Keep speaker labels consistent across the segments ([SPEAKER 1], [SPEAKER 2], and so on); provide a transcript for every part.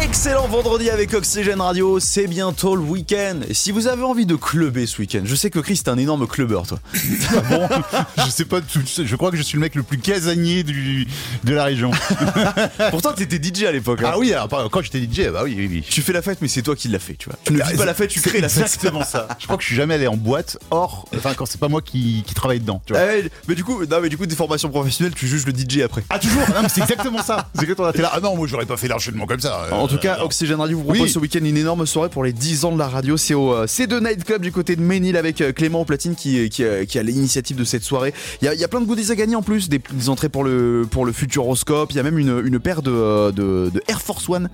[SPEAKER 1] Excellent vendredi avec Oxygène Radio, c'est bientôt le week-end. Et si vous avez envie de clubber ce week-end, je sais que Chris, t'es un énorme clubber, toi.
[SPEAKER 2] Ah bon, je sais pas, je crois que je suis le mec le plus casanier du, de la région.
[SPEAKER 1] Pourtant, t'étais DJ à l'époque. hein.
[SPEAKER 2] Ah oui, alors quand j'étais DJ, bah oui, oui, oui.
[SPEAKER 1] Tu fais la fête, mais c'est toi qui l'as fait, tu vois. Tu ne vis pas la fête, tu crées la fête.
[SPEAKER 2] Ah, Exactement ça. Je crois que je suis jamais allé en boîte, hors, enfin, quand c'est pas moi qui, qui travaille dedans, tu vois.
[SPEAKER 1] Eh, mais du coup, non, mais du coup, des formations professionnelles, tu juges le DJ après.
[SPEAKER 2] Ah, toujours Non, mais c'est exactement ça. C'est exactement ça. T'es là, ah non, moi j'aurais pas fait l'enchaînement comme ça. Euh,
[SPEAKER 1] En tout cas, Oxygène Radio vous propose
[SPEAKER 2] Oui.
[SPEAKER 1] ce week-end une énorme soirée pour les 10 ans de la radio. C'est au euh, C2 Night Club du côté de Ménil avec euh, Clément au Platine qui, qui, euh, qui a l'initiative de cette soirée. Il y a, il y a plein de goodies à gagner en plus, des, des entrées pour le, pour le Futuroscope. Il y a même une, une paire de, euh, de, de Air Force One.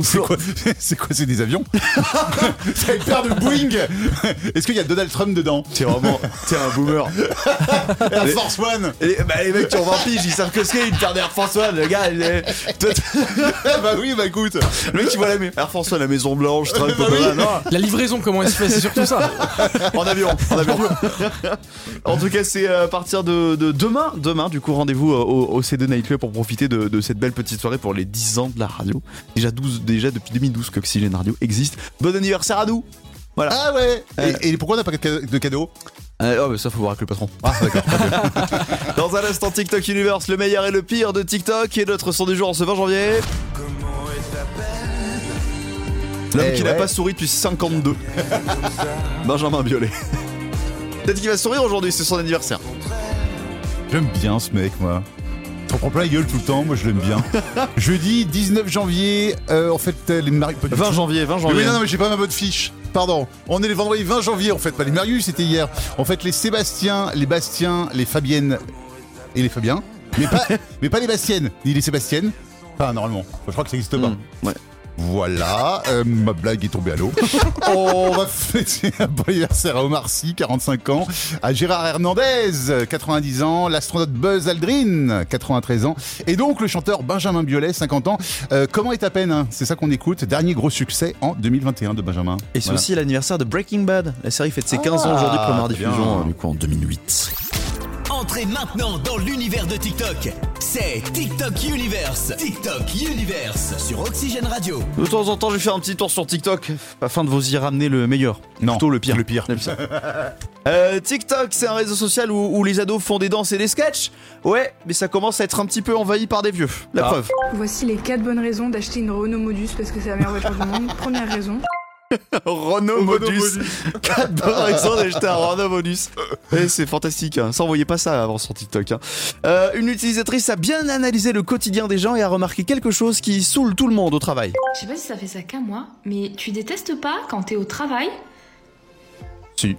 [SPEAKER 2] C'est quoi C'est quoi C'est des avions C'est une paire de Boeing Est-ce qu'il y a Donald Trump dedans
[SPEAKER 1] T'es vraiment, t'es un boomer.
[SPEAKER 2] Air Force One
[SPEAKER 1] Et, bah, les mecs qui ont 20 piges, ils savent que c'est une paire d'Air Force One, le gars. il est- Toi, t'es-
[SPEAKER 2] Bah oui, bah écoute
[SPEAKER 1] le mec qui voit la mais- Air Force One, la Maison Blanche, Trump,
[SPEAKER 2] Bah oui.
[SPEAKER 1] blablabla. Non,
[SPEAKER 3] La livraison, comment elle se fait, c'est surtout ça.
[SPEAKER 1] En avion, en avion. en tout cas, c'est euh, à partir de, de demain. Demain, du coup, rendez-vous euh, au, au C2 Night Club pour profiter de, de cette belle petite soirée pour les 10 ans de la radio. Déjà 12, déjà depuis 2012 qu'Oxygène Radio existe. Bon anniversaire à nous
[SPEAKER 2] Ah ouais et, et pourquoi on n'a pas de cadeau
[SPEAKER 1] Euh, oh, mais ça, faut voir avec le patron. Dans un instant, TikTok Universe, le meilleur et le pire de TikTok et notre son du jour en ce 20 janvier. L'homme
[SPEAKER 2] Eh
[SPEAKER 1] qui n'a
[SPEAKER 2] ouais.
[SPEAKER 1] pas souri depuis 52. Benjamin Biolay. Peut-être qu'il va sourire aujourd'hui, c'est son anniversaire.
[SPEAKER 2] J'aime bien ce mec, moi. T'en prends plein la gueule tout le temps, moi je l'aime bien. Jeudi 19 janvier, euh, en fait, euh, les Marius.
[SPEAKER 1] 20 janvier, 20 janvier.
[SPEAKER 2] Oui, non, non, mais j'ai pas ma bonne fiche. Pardon. On est le vendredi 20 janvier, en fait, pas les Marius, c'était hier. En fait, les Sébastiens, les Bastiens, les Fabiennes et les Fabiens. Mais pas, mais pas les Bastiennes, ni les Sébastiennes. Pas normalement. Je crois que ça n'existe pas.
[SPEAKER 1] Mm, ouais.
[SPEAKER 2] Voilà, euh, ma blague est tombée à l'eau. On va fêter un bon anniversaire à Omar Sy, 45 ans, à Gérard Hernandez, 90 ans, l'astronaute Buzz Aldrin, 93 ans, et donc le chanteur Benjamin Biolay, 50 ans. Euh, comment est à peine hein C'est ça qu'on écoute. Dernier gros succès en 2021 de Benjamin.
[SPEAKER 1] Et c'est
[SPEAKER 2] Voilà.
[SPEAKER 1] aussi l'anniversaire de Breaking Bad. La série fête ses 15 ans aujourd'hui, première diffusion euh, du coup en 2008.
[SPEAKER 4] Entrez maintenant dans l'univers de TikTok. C'est TikTok Universe. TikTok Universe sur Oxygène Radio.
[SPEAKER 1] De temps en temps, je vais faire un petit tour sur TikTok afin de vous y ramener le meilleur.
[SPEAKER 2] Non,
[SPEAKER 1] Plutôt le pire.
[SPEAKER 2] le pire.
[SPEAKER 1] Comme ça. Euh, TikTok, c'est un réseau social où, où les ados font des danses et des sketchs. Ouais, mais ça commence à être un petit peu envahi par des vieux. La
[SPEAKER 2] Ah.
[SPEAKER 1] preuve.
[SPEAKER 5] Voici les 4 bonnes raisons d'acheter une Renault Modus parce que c'est la meilleure voiture du monde. Première raison,
[SPEAKER 1] Renault Modus. 4 bonnes raisons d'acheter un Renault Modus. Et c'est fantastique. Hein. Ça, on voyait pas ça avant sur TikTok. hein. Euh, une utilisatrice a bien analysé le quotidien des gens et a remarqué quelque chose qui saoule tout le monde au travail.
[SPEAKER 6] Je sais pas si ça fait ça qu'à moi, mais tu détestes pas quand t'es au travail
[SPEAKER 1] Si.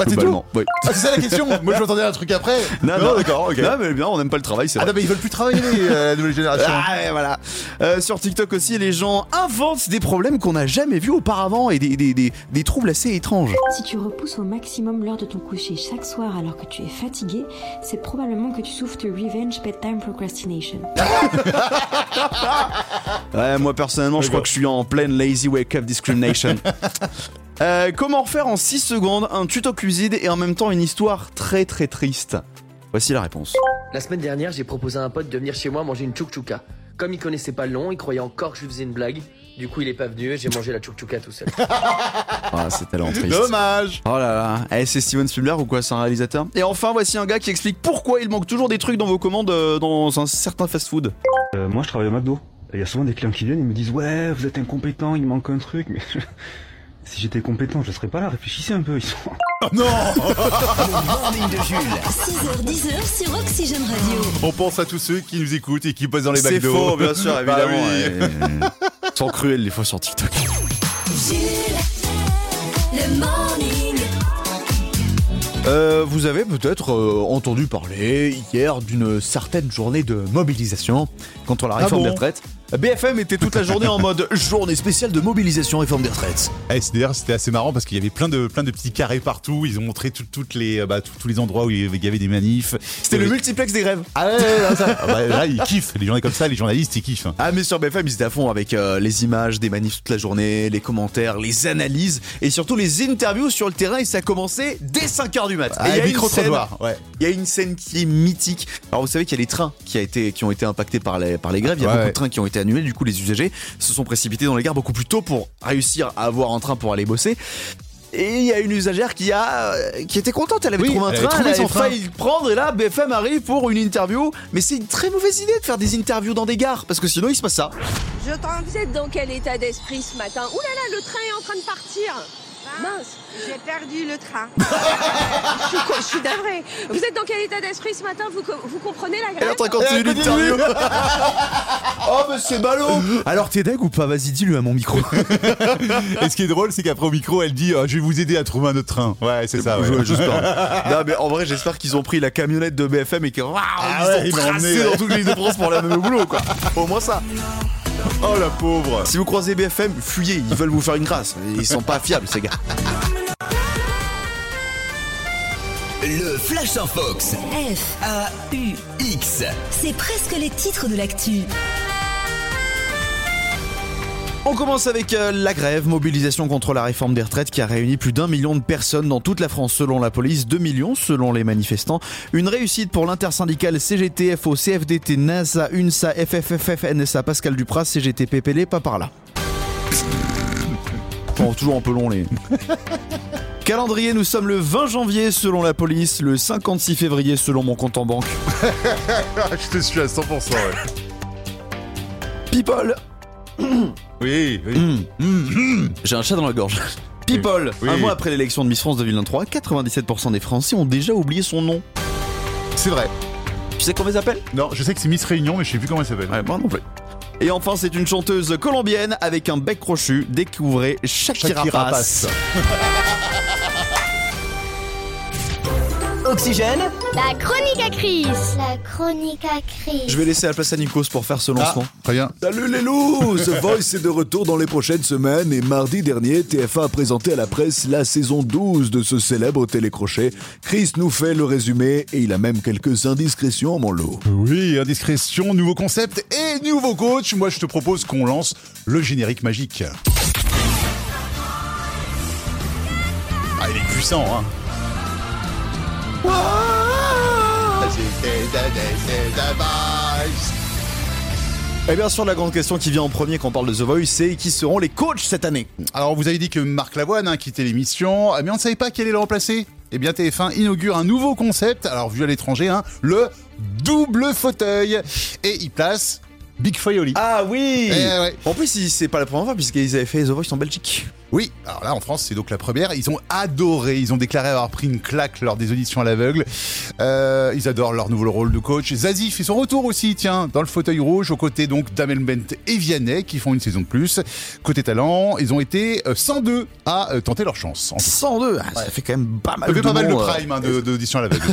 [SPEAKER 2] Ah, c'est tout
[SPEAKER 1] Globalement, oui.
[SPEAKER 2] Ah, c'est ça la question Moi je m'attendais à un truc après.
[SPEAKER 1] Non, non, Ah, d'accord,
[SPEAKER 2] ok.
[SPEAKER 1] Non, mais bien, on n'aime pas le travail, c'est
[SPEAKER 2] Ah
[SPEAKER 1] vrai.
[SPEAKER 2] non, mais ils veulent plus travailler, euh, la nouvelle génération.
[SPEAKER 1] Ah, ouais, voilà. Euh, sur TikTok aussi, les gens inventent des problèmes qu'on n'a jamais vus auparavant et des, des, des, des troubles assez étranges.
[SPEAKER 7] Si tu repousses au maximum l'heure de ton coucher chaque soir alors que tu es fatigué, c'est probablement que tu souffres de revenge bedtime procrastination.
[SPEAKER 1] Ouais, moi personnellement, je crois que je suis en pleine lazy wake up discrimination. Euh, comment faire en 6 secondes un tuto cuisine et en même temps une histoire très très triste Voici la réponse.
[SPEAKER 8] La semaine dernière, j'ai proposé à un pote de venir chez moi manger une chouchouka. Comme il connaissait pas le nom, il croyait encore que je faisais une blague. Du coup, il est pas venu et j'ai mangé la chouchouka tout seul.
[SPEAKER 1] Ah, c'est tellement triste.
[SPEAKER 2] Dommage
[SPEAKER 1] Oh là là, Eh, c'est Steven Spielberg ou quoi, c'est un réalisateur Et enfin, voici un gars qui explique pourquoi il manque toujours des trucs dans vos commandes euh, dans un certain fast-food.
[SPEAKER 9] Euh, moi, je travaille au McDo. Et Il y a souvent des clients qui viennent et me disent Ouais, vous êtes incompétent, il manque un truc. Mais si j'étais compétent, je serais pas là. Réfléchissez un peu. Ils sont...
[SPEAKER 4] Le morning de Jules.
[SPEAKER 10] 6h, 10h sur Oxygène Radio.
[SPEAKER 2] On pense à tous ceux qui nous écoutent et qui passent dans les
[SPEAKER 1] C'est
[SPEAKER 2] McDo.
[SPEAKER 1] faux, bien sûr,
[SPEAKER 2] Bah
[SPEAKER 1] évidemment.
[SPEAKER 2] oui.
[SPEAKER 1] ouais. Sans cruel, les fois sur TikTok.
[SPEAKER 10] Jules, le morning.
[SPEAKER 1] Euh, vous avez peut-être euh, entendu parler hier d'une certaine journée de mobilisation contre la réforme
[SPEAKER 2] bon
[SPEAKER 1] des retraites. BFM était toute la journée en mode journée spéciale de mobilisation réforme des retraites.
[SPEAKER 2] Eh, c'est- D'ailleurs, c'était assez marrant parce qu'il y avait plein de, plein de petits carrés partout. Ils ont montré tout- toutes les, euh, bah, tout- tous les endroits où il y avait- il y avait des manifs.
[SPEAKER 1] C'était
[SPEAKER 2] Il y
[SPEAKER 1] le
[SPEAKER 2] avait-
[SPEAKER 1] multiplex des rêves.
[SPEAKER 2] Ah ouais, ouais, ouais, ça- ah bah, là, ils kiffent. Les journées comme ça, les journalistes, ils kiffent.
[SPEAKER 1] Ah mais sur BFM ils étaient à fond avec euh, les images des manifs toute la journée, les commentaires, les analyses et surtout les interviews sur le terrain et ça a commencé dès 5h du mat. Et il Ah, y a une scène-
[SPEAKER 2] micro-trottoir, ouais.
[SPEAKER 1] Il y a une scène qui est mythique. Alors vous savez qu'il y a les trains qui, a été, qui ont été impactés par les, par les grèves. Il y a
[SPEAKER 2] Ouais,
[SPEAKER 1] beaucoup
[SPEAKER 2] ouais.
[SPEAKER 1] de trains qui ont été annulés. Du coup, les usagers se sont précipités dans les gares beaucoup plus tôt pour réussir à avoir un train pour aller bosser. Et il y a une usagère qui a qui était contente, elle avait
[SPEAKER 2] Oui,
[SPEAKER 1] trouvé un
[SPEAKER 2] elle avait
[SPEAKER 1] train,
[SPEAKER 2] trouvé
[SPEAKER 1] elle
[SPEAKER 2] son
[SPEAKER 1] avait
[SPEAKER 2] train.
[SPEAKER 1] failli le prendre et là BFM arrive pour une interview. Mais c'est une très mauvaise idée de faire des interviews dans des gares parce que sinon il se passe ça.
[SPEAKER 11] Je t'en vous êtes dans quel état d'esprit ce matin Ouh là là, le train est en train de partir Mince J'ai perdu le train. je suis, co- je suis navrée. Vous êtes dans quel état d'esprit ce matin vous, co- vous comprenez la
[SPEAKER 1] Et
[SPEAKER 11] grève
[SPEAKER 1] là, t'as continué l'interview. oh mais c'est ballot. Alors t'es deg ou pas Vas-y dis-le à mon micro.
[SPEAKER 2] Et ce qui est drôle, c'est qu'après au micro, elle dit euh, Je vais vous aider à trouver un autre train. Ouais, c'est ça. ouais.
[SPEAKER 1] Ouais, j'espère. non, mais en vrai, j'espère qu'ils ont pris la camionnette de BFM et qu'ils waouh,
[SPEAKER 2] Ah ouais,
[SPEAKER 1] ils
[SPEAKER 2] ils
[SPEAKER 1] ont
[SPEAKER 2] l'ont
[SPEAKER 1] tracé
[SPEAKER 2] emmené, ouais.
[SPEAKER 1] dans toutes les îles de France pour l'amener au boulot, quoi. Au moins ça.
[SPEAKER 2] Oh la pauvre
[SPEAKER 1] Si vous croisez BFM, fuyez, ils veulent vous faire une grâce. Ils sont pas fiables, ces gars.
[SPEAKER 4] Le Flash en Fox.
[SPEAKER 10] F,
[SPEAKER 4] A, U, X.
[SPEAKER 10] c'est presque les titres de l'actu.
[SPEAKER 1] On commence avec euh, la grève, mobilisation contre la réforme des retraites qui a réuni plus d'un million de personnes dans toute la France selon la police, 2 millions selon les manifestants. Une réussite pour l'intersyndicale CGT, FO, CFDT, NASA, UNSA, FFFF, NSA, Pascal Duprat, CGT, PPL, E, pas par là. Bon, toujours un peu long les... Calendrier, nous sommes le 20 janvier selon la police, le 56 février selon mon compte en banque.
[SPEAKER 2] Je te suis à 100%. Ouais.
[SPEAKER 1] People,
[SPEAKER 2] Oui, oui.
[SPEAKER 1] J'ai un chat dans la gorge. People,
[SPEAKER 2] Oui.
[SPEAKER 1] un mois après l'élection de Miss France 2023, 97% des Français ont déjà oublié son nom.
[SPEAKER 2] C'est vrai.
[SPEAKER 1] Tu sais comment ils appellent
[SPEAKER 2] Non, je sais que c'est Miss Réunion, mais je sais plus comment elle s'appelle.
[SPEAKER 1] Ouais, moi non plus. Et enfin, c'est une chanteuse colombienne avec un bec crochu. Découvrez Shakira,
[SPEAKER 2] Shakira
[SPEAKER 1] Pass.
[SPEAKER 2] Pass.
[SPEAKER 4] Oxygène.
[SPEAKER 12] La chronique à Chris. La chronique à Chris.
[SPEAKER 1] Je vais laisser la place à Nikos pour faire
[SPEAKER 2] Ah,
[SPEAKER 1] ce lancement.
[SPEAKER 2] Très bien.
[SPEAKER 1] Salut les loups
[SPEAKER 13] The Voice est de retour dans les prochaines semaines et mardi dernier, TF1 a présenté à la presse la saison 12 de ce célèbre télécrochet. Chris nous fait le résumé et il a même quelques indiscrétions, mon lot.
[SPEAKER 2] Oui, indiscrétion, nouveau concept et nouveau coach. Moi, je te propose qu'on lance le générique magique. Ah, il est puissant, hein.
[SPEAKER 1] Et Eh bien sûr, la grande question qui vient en premier quand on parle de The Voice, c'est qui seront les coachs cette année
[SPEAKER 2] Alors, vous avez dit que Marc Lavoine hein, quittait l'émission, eh, mais on ne savait pas qui allait le remplacer. Eh bien, TF1 inaugure un nouveau concept, alors vu à l'étranger, hein, le double fauteuil. Et il place Big Foyoli.
[SPEAKER 1] Ah oui
[SPEAKER 2] Eh ouais.
[SPEAKER 1] En plus, il- c'est pas la première fois puisqu'ils avaient fait The Voice en Belgique.
[SPEAKER 2] Oui, alors là en France c'est donc la première. Ils ont adoré, ils ont déclaré avoir pris une claque lors des auditions à l'aveugle. Euh, ils adorent leur nouveau rôle de coach. Zazie fait son retour aussi, tiens, dans le fauteuil rouge, aux côtés donc d'Amel Bent et Vianney qui font une saison de plus. Côté talent, ils ont été euh, 102 à euh, tenter leur chance. En tout.
[SPEAKER 1] 102, ah, ça fait quand même pas mal
[SPEAKER 2] Ça fait
[SPEAKER 1] de
[SPEAKER 2] pas mal de
[SPEAKER 1] monde, euh.
[SPEAKER 2] prime hein, de- d'audition à l'aveugle.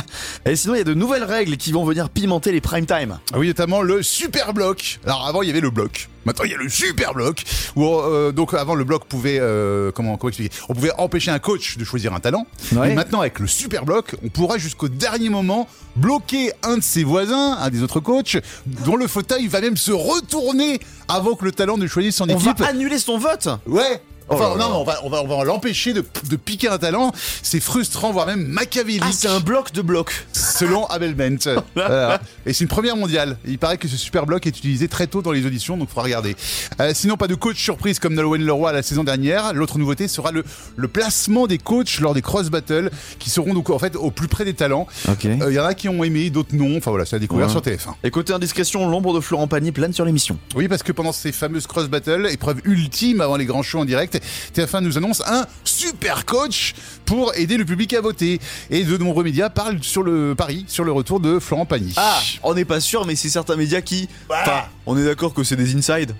[SPEAKER 1] Et sinon, il y a de nouvelles règles qui vont venir pimenter les prime time.
[SPEAKER 2] Ah Oui, notamment le super bloc. Alors avant il y avait le bloc. Maintenant il y a le super bloc. Où, euh, donc avant le bloc pouvait euh, comment, comment expliquer On pouvait empêcher un coach de choisir un talent.
[SPEAKER 1] Ouais.
[SPEAKER 2] Mais maintenant avec le super bloc, on pourra jusqu'au dernier moment bloquer un de ses voisins, un des autres coachs, dont le fauteuil va même se retourner avant que le talent ne choisisse son
[SPEAKER 1] On va
[SPEAKER 2] équipe.
[SPEAKER 1] annuler son vote
[SPEAKER 2] Ouais.
[SPEAKER 1] Oh là
[SPEAKER 2] Enfin,
[SPEAKER 1] là.
[SPEAKER 2] non, non, on va, on va, on va l'empêcher de, de piquer un talent. C'est frustrant, voire même machiavélique.
[SPEAKER 1] Ah, c'est un bloc Oh de blocs.
[SPEAKER 2] Selon Abel Bent. Voilà. Et c'est une première mondiale. Il paraît que ce super bloc est utilisé très tôt dans les auditions, donc faudra regarder. Euh, sinon, pas de coach surprise comme Nolwenn Leroy la saison dernière. L'autre nouveauté sera le, le placement des coachs lors des cross battles qui seront donc en fait au plus près des talents.
[SPEAKER 1] Ok.
[SPEAKER 2] Euh, Il y en a qui ont aimé, d'autres non. Enfin voilà, c'est à découvrir
[SPEAKER 1] Ouais.
[SPEAKER 2] sur TF1.
[SPEAKER 1] Et côté indiscrétion, l'ombre de Florent Pagny plane sur l'émission.
[SPEAKER 2] Oui, parce que pendant ces fameuses cross battles, épreuve ultime avant les grands shows en direct, TF1 nous annonce un super coach pour aider le public à voter. Et de nombreux médias parlent sur le pari, sur le retour de Florent Pagny.
[SPEAKER 1] Ah, on n'est pas sûr, mais c'est certains médias qui. Enfin, on est d'accord que c'est des insides.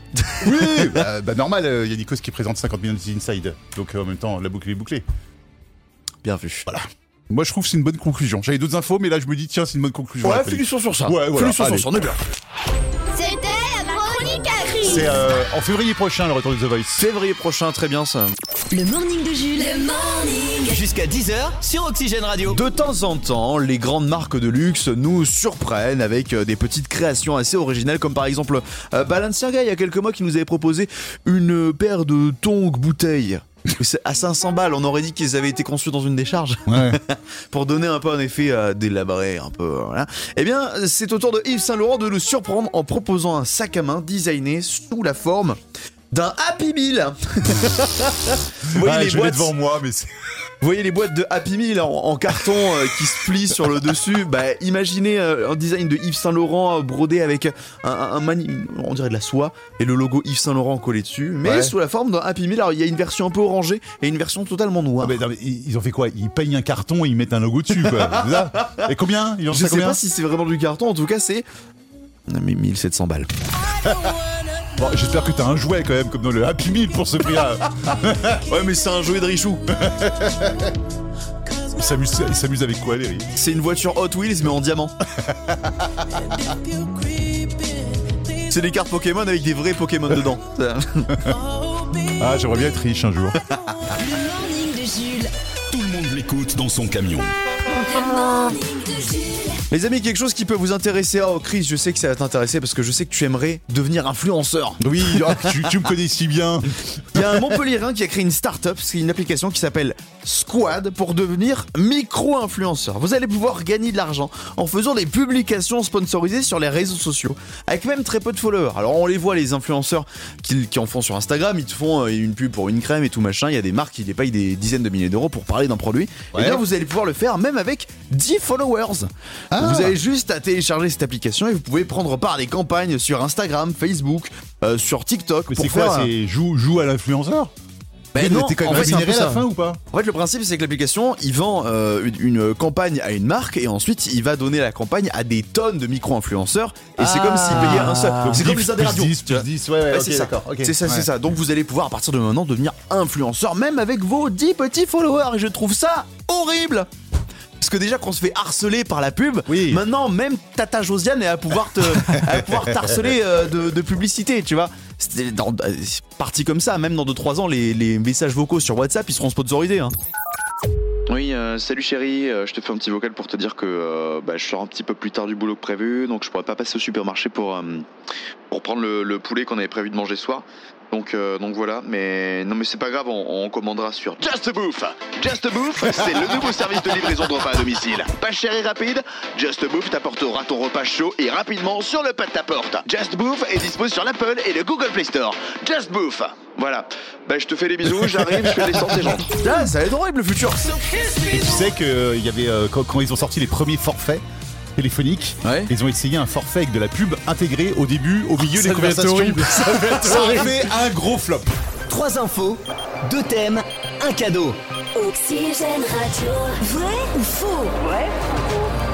[SPEAKER 2] Oui, bah, bah, normal, euh, il y a Nikos qui présente 50 minutes Inside. Donc euh, en même temps, la boucle est bouclée.
[SPEAKER 1] Bien vu. Voilà.
[SPEAKER 2] Moi, je trouve que c'est une bonne conclusion. J'avais d'autres infos, mais là, je me dis, tiens, c'est une bonne conclusion.
[SPEAKER 1] Ouais,
[SPEAKER 2] la chronique.
[SPEAKER 1] finissons sur ça.
[SPEAKER 2] Ouais, voilà,
[SPEAKER 1] Finissons
[SPEAKER 2] allez.
[SPEAKER 1] sur ça, on est bien.
[SPEAKER 12] C'était la chronique à
[SPEAKER 2] C'est euh, en février prochain le retour de The Voice.
[SPEAKER 1] Février prochain, très bien ça.
[SPEAKER 10] Le morning de Jules. Le morning.
[SPEAKER 4] Jusqu'à 10h sur Oxygène Radio.
[SPEAKER 1] De temps en temps, les grandes marques de luxe nous surprennent avec euh, des petites créations assez originales, comme par exemple euh, Balenciaga, il y a quelques mois, qui nous avait proposé une euh, paire de tongs bouteilles. C'est À 500 balles, on aurait dit qu'ils avaient été conçus dans une décharge pour donner un peu un effet euh, délabré, un peu. euh, Voilà. Eh bien, c'est au tour de Yves Saint Laurent de nous surprendre en proposant un sac à main designé sous la forme d'un Happy Meal. Vous voyez
[SPEAKER 2] Ah,
[SPEAKER 1] les
[SPEAKER 2] je l'ai
[SPEAKER 1] boîtes-
[SPEAKER 2] devant moi, mais c'est.
[SPEAKER 1] vous voyez les boîtes de Happy Meal hein, en, en carton euh, qui se plient sur le dessus. Bah, imaginez euh, un design de Yves Saint Laurent euh, brodé avec un, un- un mani- on dirait de la soie et le logo Yves Saint Laurent collé dessus, mais
[SPEAKER 2] Ouais.
[SPEAKER 1] sous la forme d'un Happy Meal. Alors il y a une version un peu orangée et une version totalement noire.
[SPEAKER 2] mais non, mais ils ils ont fait quoi Ils peignent un carton et ils mettent un logo dessus, quoi. C'est ça et combien Ils ont
[SPEAKER 1] Je sais pas si c'est vraiment du carton. En tout cas, c'est mais 1700 balles.
[SPEAKER 2] Bon, J'espère que t'as un jouet quand même, comme dans le Happy Meal pour ce prix-là.
[SPEAKER 1] ouais, mais c'est un jouet de Richou.
[SPEAKER 2] Ils s'amusent ils s'amusent avec quoi, les riches
[SPEAKER 1] C'est une voiture Hot Wheels mais en diamant. C'est des cartes Pokémon avec des vrais Pokémon dedans.
[SPEAKER 2] Ah, j'aimerais bien être riche un jour.
[SPEAKER 10] Le morning de Jules.
[SPEAKER 4] Tout le monde l'écoute dans son camion.
[SPEAKER 10] Le morning de Jules.
[SPEAKER 1] Les amis, quelque chose qui peut vous intéresser. Oh, Chris, je sais que ça va t'intéresser parce que je sais que tu aimerais devenir influenceur.
[SPEAKER 2] Oui, ah, tu, tu me connais si bien.
[SPEAKER 1] Il y a un Montpellierin qui a créé une start-up, c'est une application qui s'appelle Squad pour devenir micro-influenceur. Vous allez pouvoir gagner de l'argent en faisant des publications sponsorisées sur les réseaux sociaux, avec même très peu de followers. Alors on les voit, les influenceurs qui, qui en font sur Instagram, ils te font euh, une pub pour une crème et tout machin. Il y a des marques qui les payent des dizaines de milliers d'euros pour parler d'un produit. Et bien vous allez pouvoir le faire même avec 10 followers.
[SPEAKER 2] Ah.
[SPEAKER 1] Vous avez juste à télécharger cette application et vous pouvez prendre part à des campagnes sur Instagram, Facebook, euh, sur TikTok.
[SPEAKER 2] Mais
[SPEAKER 1] pour
[SPEAKER 2] c'est quoi
[SPEAKER 1] faire, euh,
[SPEAKER 2] C'est joue, joue à l'influenceur
[SPEAKER 1] ben
[SPEAKER 2] Mais
[SPEAKER 1] non,
[SPEAKER 2] t'es quand même
[SPEAKER 1] en fait, c'est un
[SPEAKER 2] rémunéré
[SPEAKER 1] peu
[SPEAKER 2] à la
[SPEAKER 1] ça.
[SPEAKER 2] fin ou pas
[SPEAKER 1] En fait, le principe, c'est que l'application, il vend euh, une, une campagne à une marque et ensuite, il va donner la campagne à des tonnes de micro-influenceurs. Et c'est comme s'il payait un seul.
[SPEAKER 2] Donc
[SPEAKER 1] C'est hein, comme
[SPEAKER 2] 10,
[SPEAKER 1] les uns des
[SPEAKER 2] Ah. plus
[SPEAKER 1] radios.
[SPEAKER 2] 10,
[SPEAKER 1] tu vois.
[SPEAKER 2] plus 10, ouais, ouais,
[SPEAKER 1] Ouais,
[SPEAKER 2] ok,
[SPEAKER 1] c'est ça.
[SPEAKER 2] d'accord, ok.
[SPEAKER 1] C'est ça, c'est
[SPEAKER 2] Ouais.
[SPEAKER 1] ça. Donc, vous allez pouvoir, à partir de maintenant, devenir influenceur, même avec vos 10 petits followers. Et je trouve ça horrible parce que déjà qu'on se fait harceler par la pub, maintenant même Tata Josiane est à pouvoir te, à pouvoir t'harceler euh, de, de publicité, tu vois. C'était dans- euh, c'est parti comme ça, même dans 2-3 ans, les, les messages vocaux sur WhatsApp, ils seront sponsorisés. hein.
[SPEAKER 14] Oui, euh, salut chérie, euh, je te fais un petit vocal pour te dire que euh, bah, je sors un petit peu plus tard du boulot que prévu, donc je pourrais pas passer au supermarché pour, euh, pour prendre le, le poulet qu'on avait prévu de manger ce soir. Donc, euh, donc voilà, mais non mais c'est pas grave, on, on commandera sur Just a Bouffe. Just a Bouffe, c'est le nouveau service de livraison de repas à domicile. Pas cher et rapide, Just a Bouffe t'apportera ton repas chaud et rapidement sur le pas de ta porte. Just Bouffe est dispo sur l'Apple et le Google Play Store. Just Bouffe. Voilà. Bah je te fais des bisous, j'arrive, je fais l'essence et j'entre.
[SPEAKER 1] Ah, ça va être horrible le futur.
[SPEAKER 2] Et tu sais que euh, il y avait euh, quand, quand ils ont sorti les premiers forfaits téléphoniques, ils ont essayé un forfait avec de la pub intégrée au début, au milieu
[SPEAKER 4] Ça
[SPEAKER 2] des
[SPEAKER 4] devait être
[SPEAKER 2] conversations.
[SPEAKER 4] horrible.
[SPEAKER 2] Ça
[SPEAKER 4] Ça devait être
[SPEAKER 2] a
[SPEAKER 4] horrible.
[SPEAKER 2] fait un gros flop.
[SPEAKER 4] Trois infos, deux thèmes, un cadeau.
[SPEAKER 10] Oxygène Radio. Vrai ou faux Vrai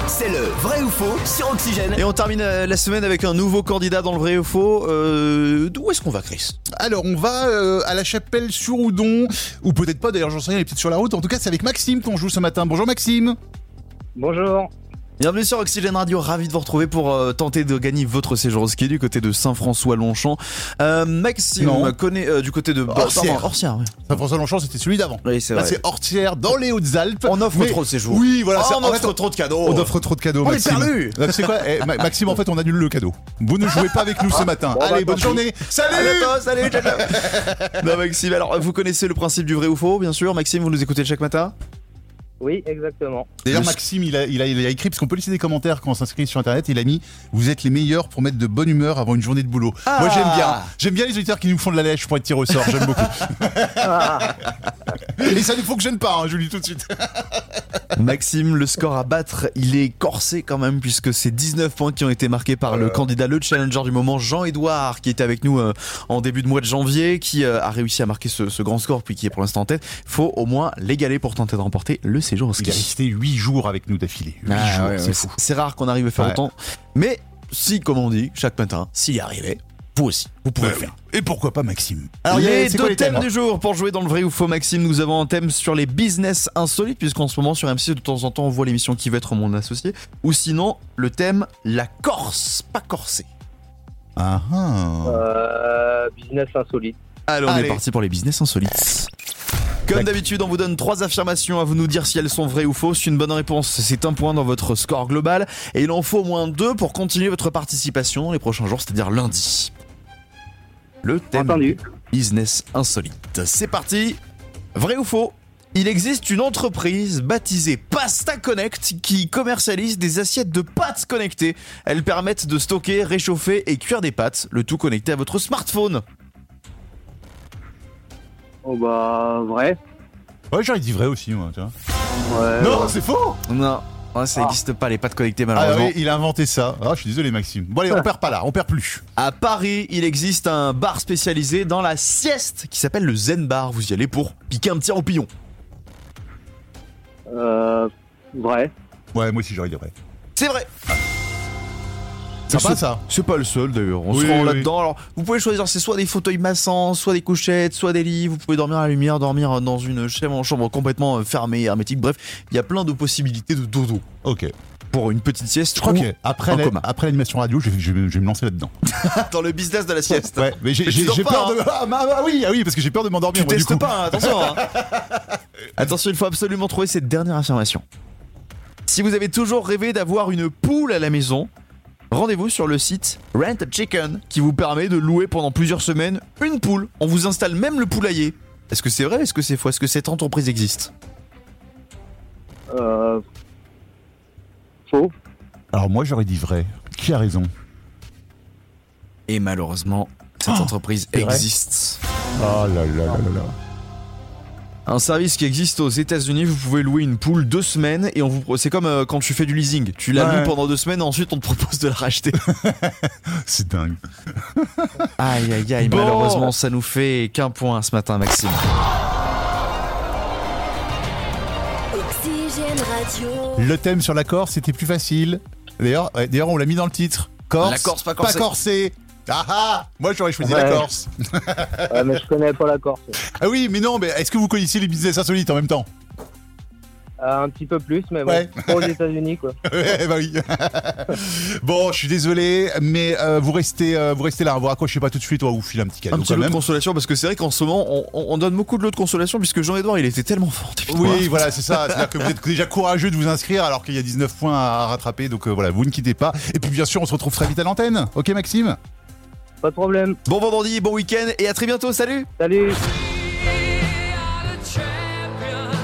[SPEAKER 4] C'est le vrai ou faux sur Oxygène.
[SPEAKER 1] Et on termine euh, la semaine avec un nouveau candidat dans le vrai ou faux. Euh, D'où est-ce qu'on va, Chris
[SPEAKER 2] Alors on va euh, à la chapelle sur Oudon, ou peut-être pas d'ailleurs, j'en sais rien, il est peut-être sur la route. En tout cas, c'est avec Maxime qu'on joue ce matin. Bonjour Maxime.
[SPEAKER 15] Bonjour.
[SPEAKER 1] Bienvenue sur Oxygène Radio, ravi de vous retrouver pour euh, tenter de gagner votre séjour au ski du côté de Saint-François-Longchamp. Euh, Maxime
[SPEAKER 2] Non.
[SPEAKER 1] connaît euh, du côté de
[SPEAKER 2] Orsières.
[SPEAKER 1] Orsière,
[SPEAKER 2] Saint-François Longchamp, c'était celui d'avant.
[SPEAKER 1] Oui, c'est
[SPEAKER 2] Là,
[SPEAKER 1] vrai.
[SPEAKER 2] c'est Hortière dans les Hautes-Alpes.
[SPEAKER 1] On offre
[SPEAKER 2] Mais-
[SPEAKER 1] trop de séjours.
[SPEAKER 2] Oui, voilà.
[SPEAKER 1] Ah,
[SPEAKER 2] c'est-
[SPEAKER 1] on
[SPEAKER 2] en
[SPEAKER 1] offre
[SPEAKER 2] fait,
[SPEAKER 1] trop de cadeaux.
[SPEAKER 2] On offre trop de cadeaux.
[SPEAKER 1] On est
[SPEAKER 2] Maxime.
[SPEAKER 1] perdus.
[SPEAKER 2] Donc, C'est quoi Eh, Ma- Maxime, en fait, on annule le cadeau. Vous ne jouez pas avec nous ce matin.
[SPEAKER 1] Bon, bah,
[SPEAKER 2] Allez,
[SPEAKER 1] tant
[SPEAKER 2] bonne
[SPEAKER 1] pis.
[SPEAKER 2] journée.
[SPEAKER 1] À
[SPEAKER 2] Salut.
[SPEAKER 1] bientôt, salut, ciao, ciao. Non, Maxime, alors vous connaissez le principe du vrai ou faux, bien sûr. Maxime, vous nous écoutez chaque matin
[SPEAKER 15] Oui, exactement.
[SPEAKER 2] D'ailleurs, Maxime, il a, il, a, il a écrit, parce qu'on peut laisser des commentaires quand on s'inscrit sur Internet, il a mis « Vous êtes les meilleurs pour mettre de bonne humeur avant une journée de boulot
[SPEAKER 15] Ah.
[SPEAKER 2] Moi, j'aime bien. J'aime bien les auditeurs qui nous font de la lèche pour être tirés au sort, j'aime beaucoup. Ah. Et ça ne fonctionne pas, hein, je vous le dis tout de suite.
[SPEAKER 1] Maxime, le score à battre, il est corsé quand même, puisque c'est 19 points qui ont été marqués par
[SPEAKER 2] Euh.
[SPEAKER 1] le candidat, le challenger du moment, Jean-Edouard, qui était avec nous euh, en début de mois de janvier, qui euh, a réussi à marquer ce, ce grand score, puis qui est pour l'instant en tête. Faut au moins l'égaler pour tenter de remporter le séjour au ski.
[SPEAKER 2] Il est resté 8 jours avec nous d'affilée. Huit
[SPEAKER 1] Ah,
[SPEAKER 2] jours,
[SPEAKER 1] ouais,
[SPEAKER 2] c'est
[SPEAKER 1] ouais,
[SPEAKER 2] fou.
[SPEAKER 1] c'est rare qu'on arrive à faire
[SPEAKER 2] Ouais.
[SPEAKER 1] autant. Mais si, comme on dit, chaque matin, s'il y arrivait, vous aussi, vous pouvez le faire.
[SPEAKER 2] Et pourquoi pas Maxime
[SPEAKER 1] Alors,
[SPEAKER 2] il y a-
[SPEAKER 1] les
[SPEAKER 2] c'est
[SPEAKER 1] deux
[SPEAKER 2] quoi
[SPEAKER 1] thèmes, du jour pour jouer dans le vrai ou faux, Maxime. Nous avons un thème sur les business insolites, puisqu'en ce moment sur M6, de temps en temps, on voit l'émission qui va être mon associé. Ou sinon, le thème la Corse, pas corsée.
[SPEAKER 2] Ah, ah.
[SPEAKER 15] Euh, business insolite.
[SPEAKER 1] Allez, on est parti pour les business insolites. Comme d'habitude, on vous donne trois affirmations à vous nous dire si elles sont vraies ou fausses. Une bonne réponse, c'est un point dans votre score global. Et il en faut au moins deux pour continuer votre participation dans les prochains jours, c'est-à-dire lundi. Le thème business insolite. C'est parti. Vrai ou faux Il existe une entreprise baptisée Pasta Connect qui commercialise des assiettes de pâtes connectées. Elles permettent de stocker, réchauffer et cuire des pâtes, le tout connecté à votre smartphone.
[SPEAKER 15] Oh bah vrai.
[SPEAKER 2] Ouais, j'aurais dit vrai aussi, moi, tu vois.
[SPEAKER 1] Non,
[SPEAKER 2] c'est faux
[SPEAKER 1] Non, Ouais, ça n'existe pas, les pâtes connectées
[SPEAKER 2] Ah
[SPEAKER 1] malheureusement.
[SPEAKER 2] oui, il a inventé ça. Ah, je suis désolé, Maxime. Bon, allez, on perd pas là, on perd plus.
[SPEAKER 1] À Paris, il existe un bar spécialisé dans la sieste qui s'appelle le Zen Bar. Vous y allez pour piquer un petit rampillon.
[SPEAKER 15] Euh, vrai.
[SPEAKER 2] Ouais, moi aussi, j'aurais dit vrai.
[SPEAKER 1] C'est vrai. Ah,
[SPEAKER 2] Sympa,
[SPEAKER 1] C'est-
[SPEAKER 2] ça.
[SPEAKER 1] C'est pas le seul d'ailleurs. On
[SPEAKER 2] Oui,
[SPEAKER 1] se rend
[SPEAKER 2] oui,
[SPEAKER 1] là-dedans. Alors, vous pouvez choisir, c'est soit des fauteuils massants, soit des couchettes, soit des lits. Vous pouvez dormir à la lumière, dormir dans une chambre, chambre complètement euh, fermée, hermétique. Bref, il y a plein de possibilités de dodo.
[SPEAKER 2] Ok.
[SPEAKER 1] Pour une petite sieste.
[SPEAKER 2] Je crois
[SPEAKER 1] ou
[SPEAKER 2] que après
[SPEAKER 1] un
[SPEAKER 2] la-
[SPEAKER 1] coma.
[SPEAKER 2] après l'animation radio, je, je vais- je vais me lancer là-dedans.
[SPEAKER 1] Dans le business de la sieste.
[SPEAKER 2] Ouais, mais j'ai
[SPEAKER 1] tu
[SPEAKER 2] j'ai-
[SPEAKER 1] dors
[SPEAKER 2] j'ai
[SPEAKER 1] pas,
[SPEAKER 2] peur de.
[SPEAKER 1] hein.
[SPEAKER 2] Ah, bah, bah oui, ah oui, parce que j'ai peur de m'endormir.
[SPEAKER 1] Tu
[SPEAKER 2] moi, du
[SPEAKER 1] testes
[SPEAKER 2] coup.
[SPEAKER 1] pas, hein, attention. hein. attention, il faut absolument trouver cette dernière affirmation. Si vous avez toujours rêvé d'avoir une poule à la maison, rendez-vous sur le site Rent a Chicken qui vous permet de louer pendant plusieurs semaines une poule. On vous installe même le poulailler. Est-ce que c'est vrai Est-ce que c'est faux Est-ce que cette entreprise existe
[SPEAKER 15] Euh, faux.
[SPEAKER 2] Alors, moi, j'aurais dit vrai. Qui a raison
[SPEAKER 1] Et malheureusement, cette entreprise
[SPEAKER 2] c'est vrai
[SPEAKER 1] existe.
[SPEAKER 2] Oh là là là là là.
[SPEAKER 1] Un service qui existe aux États-Unis, vous pouvez louer une poule deux semaines et on vous c'est comme euh, quand tu fais du leasing, tu la
[SPEAKER 2] Ouais.
[SPEAKER 1] loues pendant deux semaines et ensuite on te propose de la racheter.
[SPEAKER 2] C'est dingue.
[SPEAKER 1] Aïe aïe aïe,
[SPEAKER 2] Bon.
[SPEAKER 1] malheureusement ça nous fait qu'un point ce matin Maxime.
[SPEAKER 10] Oxygène Radio.
[SPEAKER 2] Le thème sur la Corse, c'était plus facile. D'ailleurs, ouais, d'ailleurs, on l'a mis dans le titre. Corse.
[SPEAKER 1] La Corse, pas corsée.
[SPEAKER 2] corsée. Ah ah Moi, j'aurais choisi la
[SPEAKER 15] Ouais.
[SPEAKER 2] Corse.
[SPEAKER 15] Ouais, mais je connais pas la Corse.
[SPEAKER 2] Ah oui, mais non, mais est-ce que vous connaissez les business insolites en même temps
[SPEAKER 15] Euh, un petit peu plus, mais bon.
[SPEAKER 2] Ouais.
[SPEAKER 15] Pas aux États-Unis, quoi.
[SPEAKER 2] Ouais, bah oui. bon, je suis désolé, mais euh, vous restez, euh, vous restez là. Vous raccrochez pas tout de suite. On va vous file un petit cadeau
[SPEAKER 1] Un petit
[SPEAKER 2] quand
[SPEAKER 1] lot de
[SPEAKER 2] même.
[SPEAKER 1] consolation parce que c'est vrai qu'en ce moment on, on- on donne beaucoup de lots de consolation puisque Jean-Edouard il était tellement fort. au début de
[SPEAKER 2] Oui,
[SPEAKER 1] soirée.
[SPEAKER 2] voilà, c'est ça. C'est-à-dire que vous êtes déjà courageux de vous inscrire alors qu'il y a 19 points à rattraper. Donc euh, voilà, vous ne quittez pas. Et puis bien sûr, on se retrouve très vite à l'antenne. Ok, Maxime
[SPEAKER 15] Pas de problème.
[SPEAKER 1] Bon vendredi, bon week-end et à très bientôt, salut
[SPEAKER 15] Salut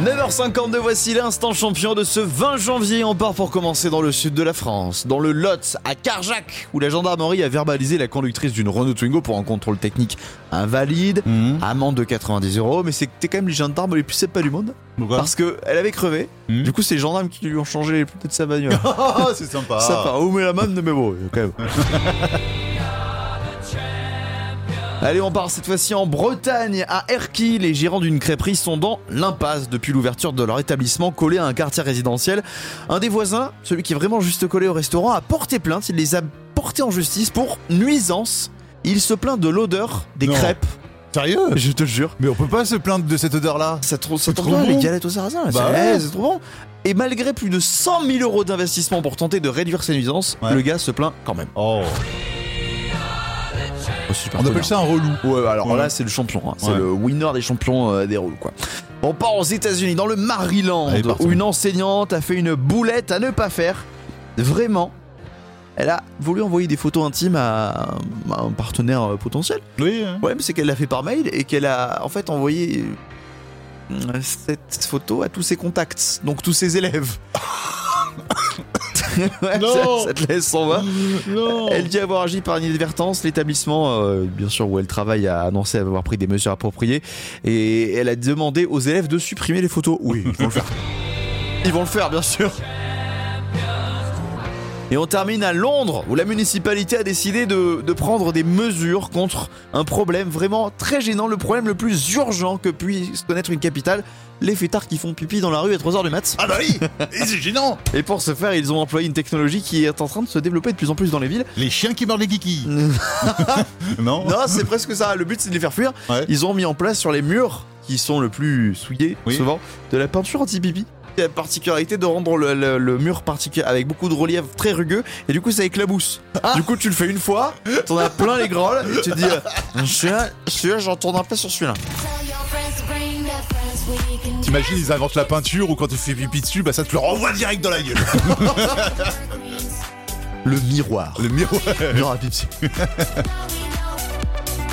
[SPEAKER 1] 9h52, voici l'instant champion de ce 20 janvier. On part pour commencer dans le sud de la France, dans le Lot, à Carjac, où la gendarmerie a verbalisé la conductrice d'une Renault Twingo pour un contrôle technique invalide, amende de 90 euros. Mais c'était quand même les gendarmes les plus sympas du monde.
[SPEAKER 2] Pourquoi
[SPEAKER 1] parce qu'elle avait crevé. Du coup, c'est les gendarmes qui lui ont changé les pneus de sa bagnole.
[SPEAKER 2] Oh, c'est sympa.
[SPEAKER 1] Sympa, où met la main de mes mots, quand même. Allez, on part cette fois-ci en Bretagne, à Erquy. Les gérants d'une crêperie sont dans l'impasse depuis l'ouverture de leur établissement collé à un quartier résidentiel. Un des voisins, celui qui est vraiment juste collé au restaurant, a porté plainte. Il les a portés en justice pour nuisance. Il se plaint de l'odeur des
[SPEAKER 2] Non.
[SPEAKER 1] crêpes.
[SPEAKER 2] Sérieux
[SPEAKER 1] Je te jure.
[SPEAKER 2] Mais on peut pas se plaindre de cette odeur-là.
[SPEAKER 1] Ça, trou- ça
[SPEAKER 2] C'est
[SPEAKER 1] tombe
[SPEAKER 2] trop
[SPEAKER 1] bien,
[SPEAKER 2] bon.
[SPEAKER 1] les galettes au sarrasin. là,
[SPEAKER 2] Bah
[SPEAKER 1] c'est
[SPEAKER 2] ouais.
[SPEAKER 1] c'est trop bon. Et malgré plus de 100 000 euros d'investissement pour tenter de réduire ses nuisances,
[SPEAKER 2] Ouais.
[SPEAKER 1] le gars se plaint quand même.
[SPEAKER 2] Oh.
[SPEAKER 1] Oh, super
[SPEAKER 2] On appelle
[SPEAKER 1] connard.
[SPEAKER 2] ça un relou.
[SPEAKER 1] Ouais, alors
[SPEAKER 2] Ouais.
[SPEAKER 1] là, c'est le champion. hein. C'est
[SPEAKER 2] Ouais.
[SPEAKER 1] le winner des champions euh, des rôles, quoi. On part aux États-Unis, dans le Maryland,
[SPEAKER 2] Allez, partons.
[SPEAKER 1] où une enseignante a fait une boulette à ne pas faire. Vraiment. Elle a voulu envoyer des photos intimes à un- à un partenaire euh, potentiel.
[SPEAKER 2] Oui. hein.
[SPEAKER 1] Le problème, c'est qu'elle l'a fait par mail et qu'elle a en fait envoyé euh, cette photo à tous ses contacts, donc tous ses élèves. Ouais,
[SPEAKER 2] Non.
[SPEAKER 1] ça, ça te laisse sans voix.
[SPEAKER 2] Non.
[SPEAKER 1] Elle dit avoir agi par inadvertance. L'établissement, euh, bien sûr, où elle travaille, a annoncé avoir pris des mesures appropriées. Et elle a demandé aux élèves de supprimer les photos. Oui, ils vont le faire. Ils vont le faire, bien sûr. Et on termine à Londres, où la municipalité a décidé de, de prendre des mesures contre un problème vraiment très gênant, le problème le plus urgent que puisse connaître une capitale, les fêtards qui font pipi dans la rue à 3h du mat.
[SPEAKER 2] Ah bah oui Et C'est gênant
[SPEAKER 1] Et pour ce faire, ils ont employé une technologie qui est en train de se développer de plus en plus dans les villes.
[SPEAKER 2] Les chiens qui mordent les kikis. non
[SPEAKER 1] Non, c'est presque ça. Le but, c'est de les faire fuir.
[SPEAKER 2] Ouais.
[SPEAKER 1] Ils ont mis en place sur les murs, qui sont le plus souillés
[SPEAKER 2] Oui.
[SPEAKER 1] souvent, de la peinture anti-pipi. la particularité de rendre le, le- le mur particu- avec beaucoup de relief très rugueux et du coup ça éclabousse. Du coup tu le fais une fois, t'en as plein les grolles et tu te dis euh, celui-là, celui-là j'en tourne un peu sur celui-là.
[SPEAKER 2] T'imagines, ils inventent la peinture ou quand tu fais pipi dessus, bah ça te le renvoie direct dans la gueule.
[SPEAKER 1] Le miroir.
[SPEAKER 2] Le miroir.
[SPEAKER 1] miroir à Pepsi.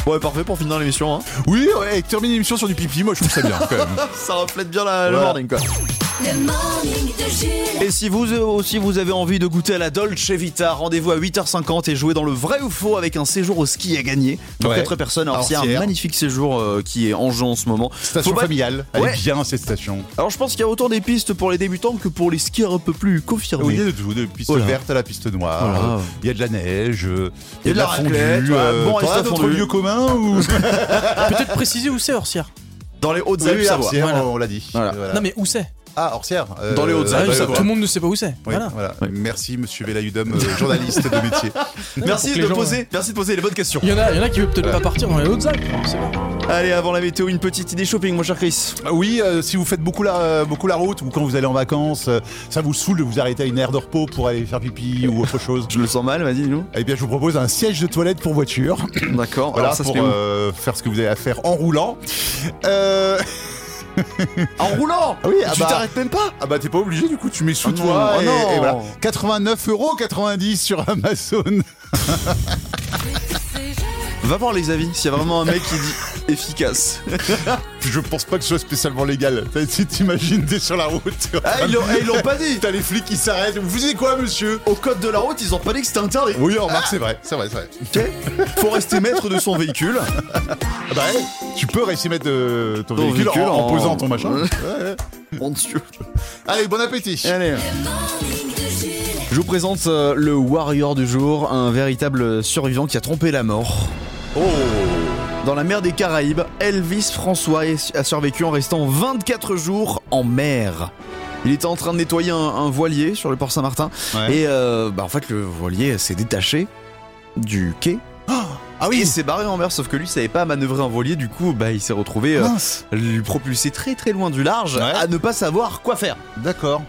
[SPEAKER 1] Ouais, parfait pour finir l'émission. Hein.
[SPEAKER 2] Oui, ouais, termine l'émission sur du pipi, moi je trouve ça bien quand même.
[SPEAKER 1] ça reflète bien la- le
[SPEAKER 2] Voilà.
[SPEAKER 1] morning quoi.
[SPEAKER 10] Le morning de Jules.
[SPEAKER 1] Et si vous euh, aussi vous avez envie de goûter à la Dolce Vita, rendez-vous à 8h50 et jouez dans le vrai ou faux avec un séjour au ski à gagner. Pour
[SPEAKER 2] Ouais.
[SPEAKER 1] 4 personnes, alors
[SPEAKER 2] Alors,
[SPEAKER 1] c'est un
[SPEAKER 2] Sierre.
[SPEAKER 1] magnifique séjour euh, qui est en jeu en ce moment.
[SPEAKER 2] Station
[SPEAKER 1] Faut pas-
[SPEAKER 2] familiale. Elle
[SPEAKER 1] Ouais.
[SPEAKER 2] est bien cette station.
[SPEAKER 1] Alors je pense qu'il y a autant des pistes pour les débutants que pour les skieurs un peu plus confirmés.
[SPEAKER 2] Oui, Oh il y a de tout, de piste
[SPEAKER 1] Voilà.
[SPEAKER 2] verte à la piste noire,
[SPEAKER 1] Voilà.
[SPEAKER 2] euh, il y a de la neige, euh,
[SPEAKER 1] Il y a de la
[SPEAKER 2] fondue,
[SPEAKER 1] raclette, ouais,
[SPEAKER 2] euh,
[SPEAKER 1] bon, et
[SPEAKER 2] t'en
[SPEAKER 1] ça
[SPEAKER 2] as d'autres
[SPEAKER 1] fondue.
[SPEAKER 2] lieux communs ou
[SPEAKER 3] Ah, Peut-être préciser où c'est Orsière.
[SPEAKER 1] Dans les hautes
[SPEAKER 2] Oui,
[SPEAKER 1] alpes
[SPEAKER 2] oui,
[SPEAKER 1] Savoie.
[SPEAKER 2] Arsière,
[SPEAKER 1] Voilà.
[SPEAKER 2] on l'a dit. Euh,
[SPEAKER 1] Voilà.
[SPEAKER 2] Voilà.
[SPEAKER 3] Non mais où c'est
[SPEAKER 2] Ah, Orsière. euh,
[SPEAKER 1] Dans les hautes
[SPEAKER 3] Ah,
[SPEAKER 1] alpes
[SPEAKER 3] je sais,
[SPEAKER 1] Savoie.
[SPEAKER 3] Tout le monde ne sait pas où c'est.
[SPEAKER 2] Oui,
[SPEAKER 3] Voilà.
[SPEAKER 2] voilà. Merci Monsieur Velayudom, euh, journaliste de métier.
[SPEAKER 1] Merci
[SPEAKER 3] Pour que
[SPEAKER 1] de
[SPEAKER 3] les gens-
[SPEAKER 2] hein.
[SPEAKER 1] poser, merci de poser les bonnes questions.
[SPEAKER 3] Il y en a, il y en a qui veulent peut-être pas partir dans les Hautes-Alpes. c'est bon.
[SPEAKER 1] Allez, avant la météo, une petite idée shopping, mon cher Chris.
[SPEAKER 2] Ah Oui, euh, si vous faites beaucoup la, euh, beaucoup la route ou quand vous allez en vacances, euh, ça vous saoule de vous arrêter à une aire de repos pour aller faire pipi ou autre chose.
[SPEAKER 1] Je le sens mal, vas-y, nous.
[SPEAKER 2] Eh bien, je vous propose un siège de toilette pour voiture.
[SPEAKER 1] D'accord,
[SPEAKER 2] Voilà,
[SPEAKER 1] alors ça se
[SPEAKER 2] pour
[SPEAKER 1] fait où
[SPEAKER 2] euh, faire ce que vous avez à faire en roulant. Euh,
[SPEAKER 1] En roulant
[SPEAKER 2] Ah oui, ah
[SPEAKER 1] Tu
[SPEAKER 2] bah-
[SPEAKER 1] t'arrêtes même pas
[SPEAKER 2] Ah bah t'es pas obligé du coup tu mets sous
[SPEAKER 1] Oh
[SPEAKER 2] toi
[SPEAKER 1] non,
[SPEAKER 2] et,
[SPEAKER 1] oh non.
[SPEAKER 2] et voilà 89,90€ sur Amazon
[SPEAKER 1] Va voir les avis, s'il y a vraiment un mec qui dit efficace.
[SPEAKER 2] Je pense pas que ce soit spécialement légal T'as- Si t'imagines t'es sur la route
[SPEAKER 1] Ah, ils l'ont- eh, ils l'ont pas dit
[SPEAKER 2] T'as les flics qui s'arrêtent Vous faisiez quoi monsieur
[SPEAKER 1] Au code de la route, ils ont pas dit que c'était interdit.
[SPEAKER 2] Oui en marque c'est vrai c'est vrai c'est vrai
[SPEAKER 1] Ok Faut rester maître de son véhicule.
[SPEAKER 2] Ah bah ouais, Tu peux réussir à mettre euh, ton,
[SPEAKER 1] Ton
[SPEAKER 2] véhicule,
[SPEAKER 1] véhicule
[SPEAKER 2] en, en
[SPEAKER 1] en-
[SPEAKER 2] posant ton machin
[SPEAKER 1] Ouais.
[SPEAKER 2] Ouais, ouais.
[SPEAKER 1] Mon dieu.
[SPEAKER 2] Allez bon appétit
[SPEAKER 1] Allez.
[SPEAKER 10] Le morning de Jules.
[SPEAKER 1] Je vous présente euh, le warrior du jour, un véritable survivant qui a trompé la mort.
[SPEAKER 2] Oh
[SPEAKER 1] Dans la mer des Caraïbes, Elvis François est- a survécu en restant 24 jours en mer. Il était en train de nettoyer un, un voilier sur le port Saint-Martin
[SPEAKER 2] Ouais.
[SPEAKER 1] et euh, bah, en fait le voilier s'est détaché du quai. Ah oui, il s'est barré en mer, sauf que lui savait pas manœuvrer un voilier, du coup bah, il s'est retrouvé euh,
[SPEAKER 2] Mince
[SPEAKER 1] lui propulsé très très loin du large
[SPEAKER 2] Ouais.
[SPEAKER 1] à ne pas savoir quoi faire.
[SPEAKER 2] D'accord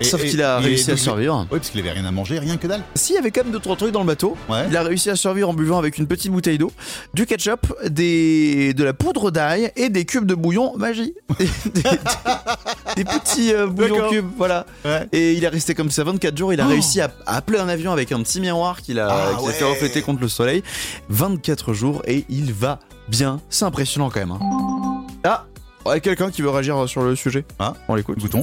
[SPEAKER 2] Et-
[SPEAKER 1] sauf
[SPEAKER 2] et-
[SPEAKER 1] qu'il a
[SPEAKER 2] et-
[SPEAKER 1] réussi à
[SPEAKER 2] donc,
[SPEAKER 1] survivre.
[SPEAKER 2] Oui parce qu'il avait rien à manger rien que dalle
[SPEAKER 1] S'il y avait quand même deux trois trucs dans le bateau,
[SPEAKER 2] Ouais
[SPEAKER 1] il a réussi à survivre en buvant avec une petite bouteille d'eau, du ketchup, des, de la poudre d'ail et des cubes de bouillon magie. Des, des- des petits euh, bouillons
[SPEAKER 2] D'accord.
[SPEAKER 1] cubes, voilà.
[SPEAKER 2] Ouais.
[SPEAKER 1] Et il est resté comme ça 24 jours. Il a réussi à, à appeler un avion avec un petit miroir qu'il a,
[SPEAKER 2] Ah
[SPEAKER 1] qu'il a fait
[SPEAKER 2] ouais.
[SPEAKER 1] refléter contre le soleil. 24 jours et il va bien. C'est impressionnant quand même. hein. Ah, ouais, quelqu'un qui veut réagir sur le sujet hein,
[SPEAKER 2] Ah.
[SPEAKER 1] On l'écoute.
[SPEAKER 2] Bouton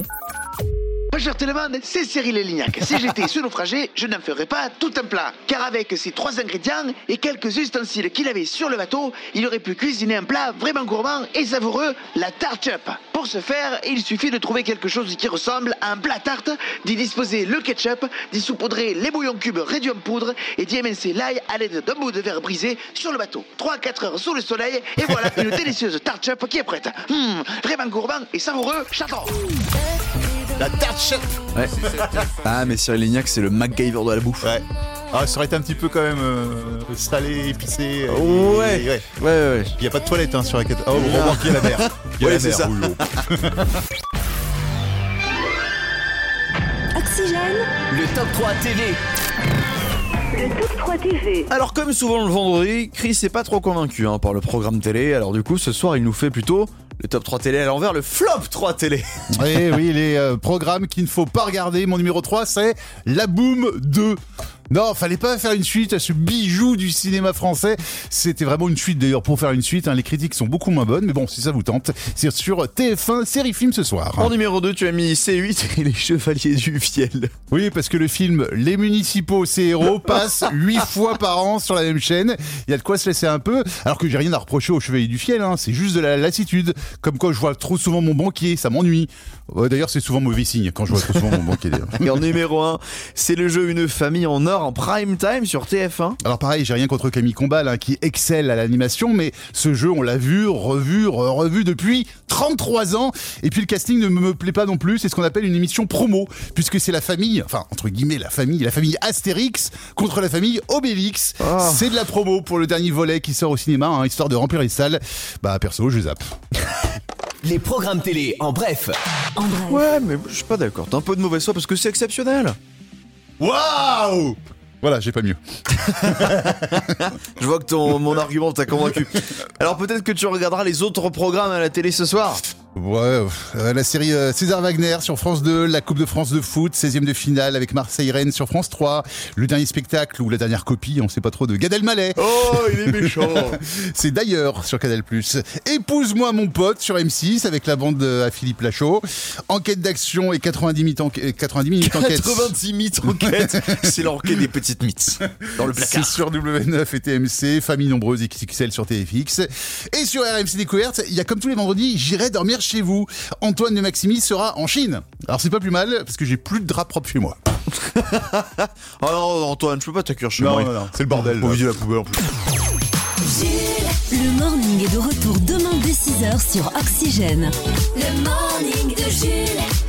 [SPEAKER 16] Moi, je te le demande, c'est Cyril Elignac. Si j'étais ce naufragé, je n'en ferais pas tout un plat. Car avec ces trois ingrédients et quelques ustensiles qu'il avait sur le bateau, il aurait pu cuisiner un plat vraiment gourmand et savoureux, la tarte up. Pour ce faire, il suffit de trouver quelque chose qui ressemble à un plat tarte, d'y disposer le ketchup, d'y saupoudrer les bouillons cubes réduits en poudre et d'y émincer l'ail à l'aide d'un bout de verre brisé sur le bateau. 3-4 heures sous le soleil et voilà une délicieuse tarte up qui est prête. Hmm, vraiment gourmand et savoureux, j'adore.
[SPEAKER 2] La tarte chef
[SPEAKER 1] Ouais. Ah, mais Cyril Lignac, c'est le MacGyver de la bouffe.
[SPEAKER 2] Ouais ah, ça aurait été un petit peu quand même euh, salé, épicé. euh,
[SPEAKER 1] Ouais.
[SPEAKER 2] et- ouais.
[SPEAKER 1] Ouais, ouais, ouais.
[SPEAKER 2] Il n'y a pas de toilette hein, sur la quête. Oh, vous remarquez la mer. Il y a
[SPEAKER 1] Ouais,
[SPEAKER 2] la
[SPEAKER 1] c'est
[SPEAKER 2] mer.
[SPEAKER 1] ça.
[SPEAKER 2] oui, oh.
[SPEAKER 10] Oxygène.
[SPEAKER 4] Le top 3 TV.
[SPEAKER 11] Le top 3 TV.
[SPEAKER 1] Alors comme souvent le vendredi, Chris est pas trop convaincu hein, par le programme télé, alors du coup ce soir il nous fait plutôt le top 3 télé à l'envers, le flop 3 télé.
[SPEAKER 2] Eh oui, les euh, programmes qu'il ne faut pas regarder. Mon numéro 3, c'est La Boom 2. Non, fallait pas faire une suite à ce bijou du cinéma français. C'était vraiment une suite d'ailleurs pour faire une suite. hein, les critiques sont beaucoup moins bonnes, mais bon, si ça vous tente, c'est sur TF1 série film ce soir.
[SPEAKER 1] En numéro 2 tu as mis C8 et les chevaliers du fiel.
[SPEAKER 2] Oui, parce que le film Les Municipaux, ces héros passe huit fois par an sur la même chaîne. Il y a de quoi se laisser un peu. Alors que j'ai rien à reprocher au chevalier du fiel, hein, c'est juste de la lassitude. Comme quoi je vois trop souvent mon banquier, ça m'ennuie. Ouais, D'ailleurs, c'est souvent mauvais signe quand je vois trop souvent mon banquier. d'ailleurs.
[SPEAKER 1] Et en numéro 1 c'est le jeu Une famille en or en prime time sur TF1.
[SPEAKER 2] Alors pareil, j'ai rien contre Camille Combal hein, qui excelle à l'animation, mais ce jeu, on l'a vu, revu, re- revu depuis 33 ans. Et puis le casting ne me plaît pas non plus, c'est ce qu'on appelle une émission promo, puisque c'est la famille, enfin entre guillemets la famille, la famille Astérix contre la famille Obélix.
[SPEAKER 1] Ah.
[SPEAKER 2] C'est de la promo pour le dernier volet qui sort au cinéma, hein, histoire de remplir les salles. Bah perso, je zappe.
[SPEAKER 4] Les programmes télé, en bref.
[SPEAKER 1] Ouais, mais je suis pas d'accord. T'as un peu de mauvaise foi parce que c'est exceptionnel.
[SPEAKER 2] Waouh Voilà, j'ai pas mieux.
[SPEAKER 1] je vois que ton, mon argument t'a convaincu. Alors peut-être que tu regarderas les autres programmes à la télé ce soir.
[SPEAKER 2] Ouais, euh, la série euh, César Wagner sur France 2, la Coupe de France de foot, 16e de finale avec Marseille-Rennes sur France 3, le dernier spectacle ou la dernière copie, on sait pas trop, de Gad Elmaleh.
[SPEAKER 1] Oh, il est méchant.
[SPEAKER 2] C'est d'ailleurs sur Canal+. Épouse-moi mon pote sur M6 avec la bande euh, à Philippe Lachaud. Enquête d'action et 90 minutes, enquête 90 minutes enquête.
[SPEAKER 1] 86 mythes enquêtes. C'est l'enquête des petites mythes dans le placard.
[SPEAKER 2] C'est sur W9 et TMC, Famille Nombreuse et XXL sur TFX. Et sur RMC Découverte, il y a comme tous les vendredis, j'irai dormir chez vous. Antoine de Maximi sera en Chine. Alors c'est pas plus mal, parce que j'ai plus de drap propre chez moi.
[SPEAKER 1] Oh non, Antoine, je peux pas t'accueillir chez
[SPEAKER 2] Non,
[SPEAKER 1] moi.
[SPEAKER 2] non, non, c'est le bordel,
[SPEAKER 1] On
[SPEAKER 2] là.
[SPEAKER 1] vit la poubelle en plus.
[SPEAKER 10] Jules. Le morning est de retour demain dès 6h sur Oxygène. Le morning de Jules.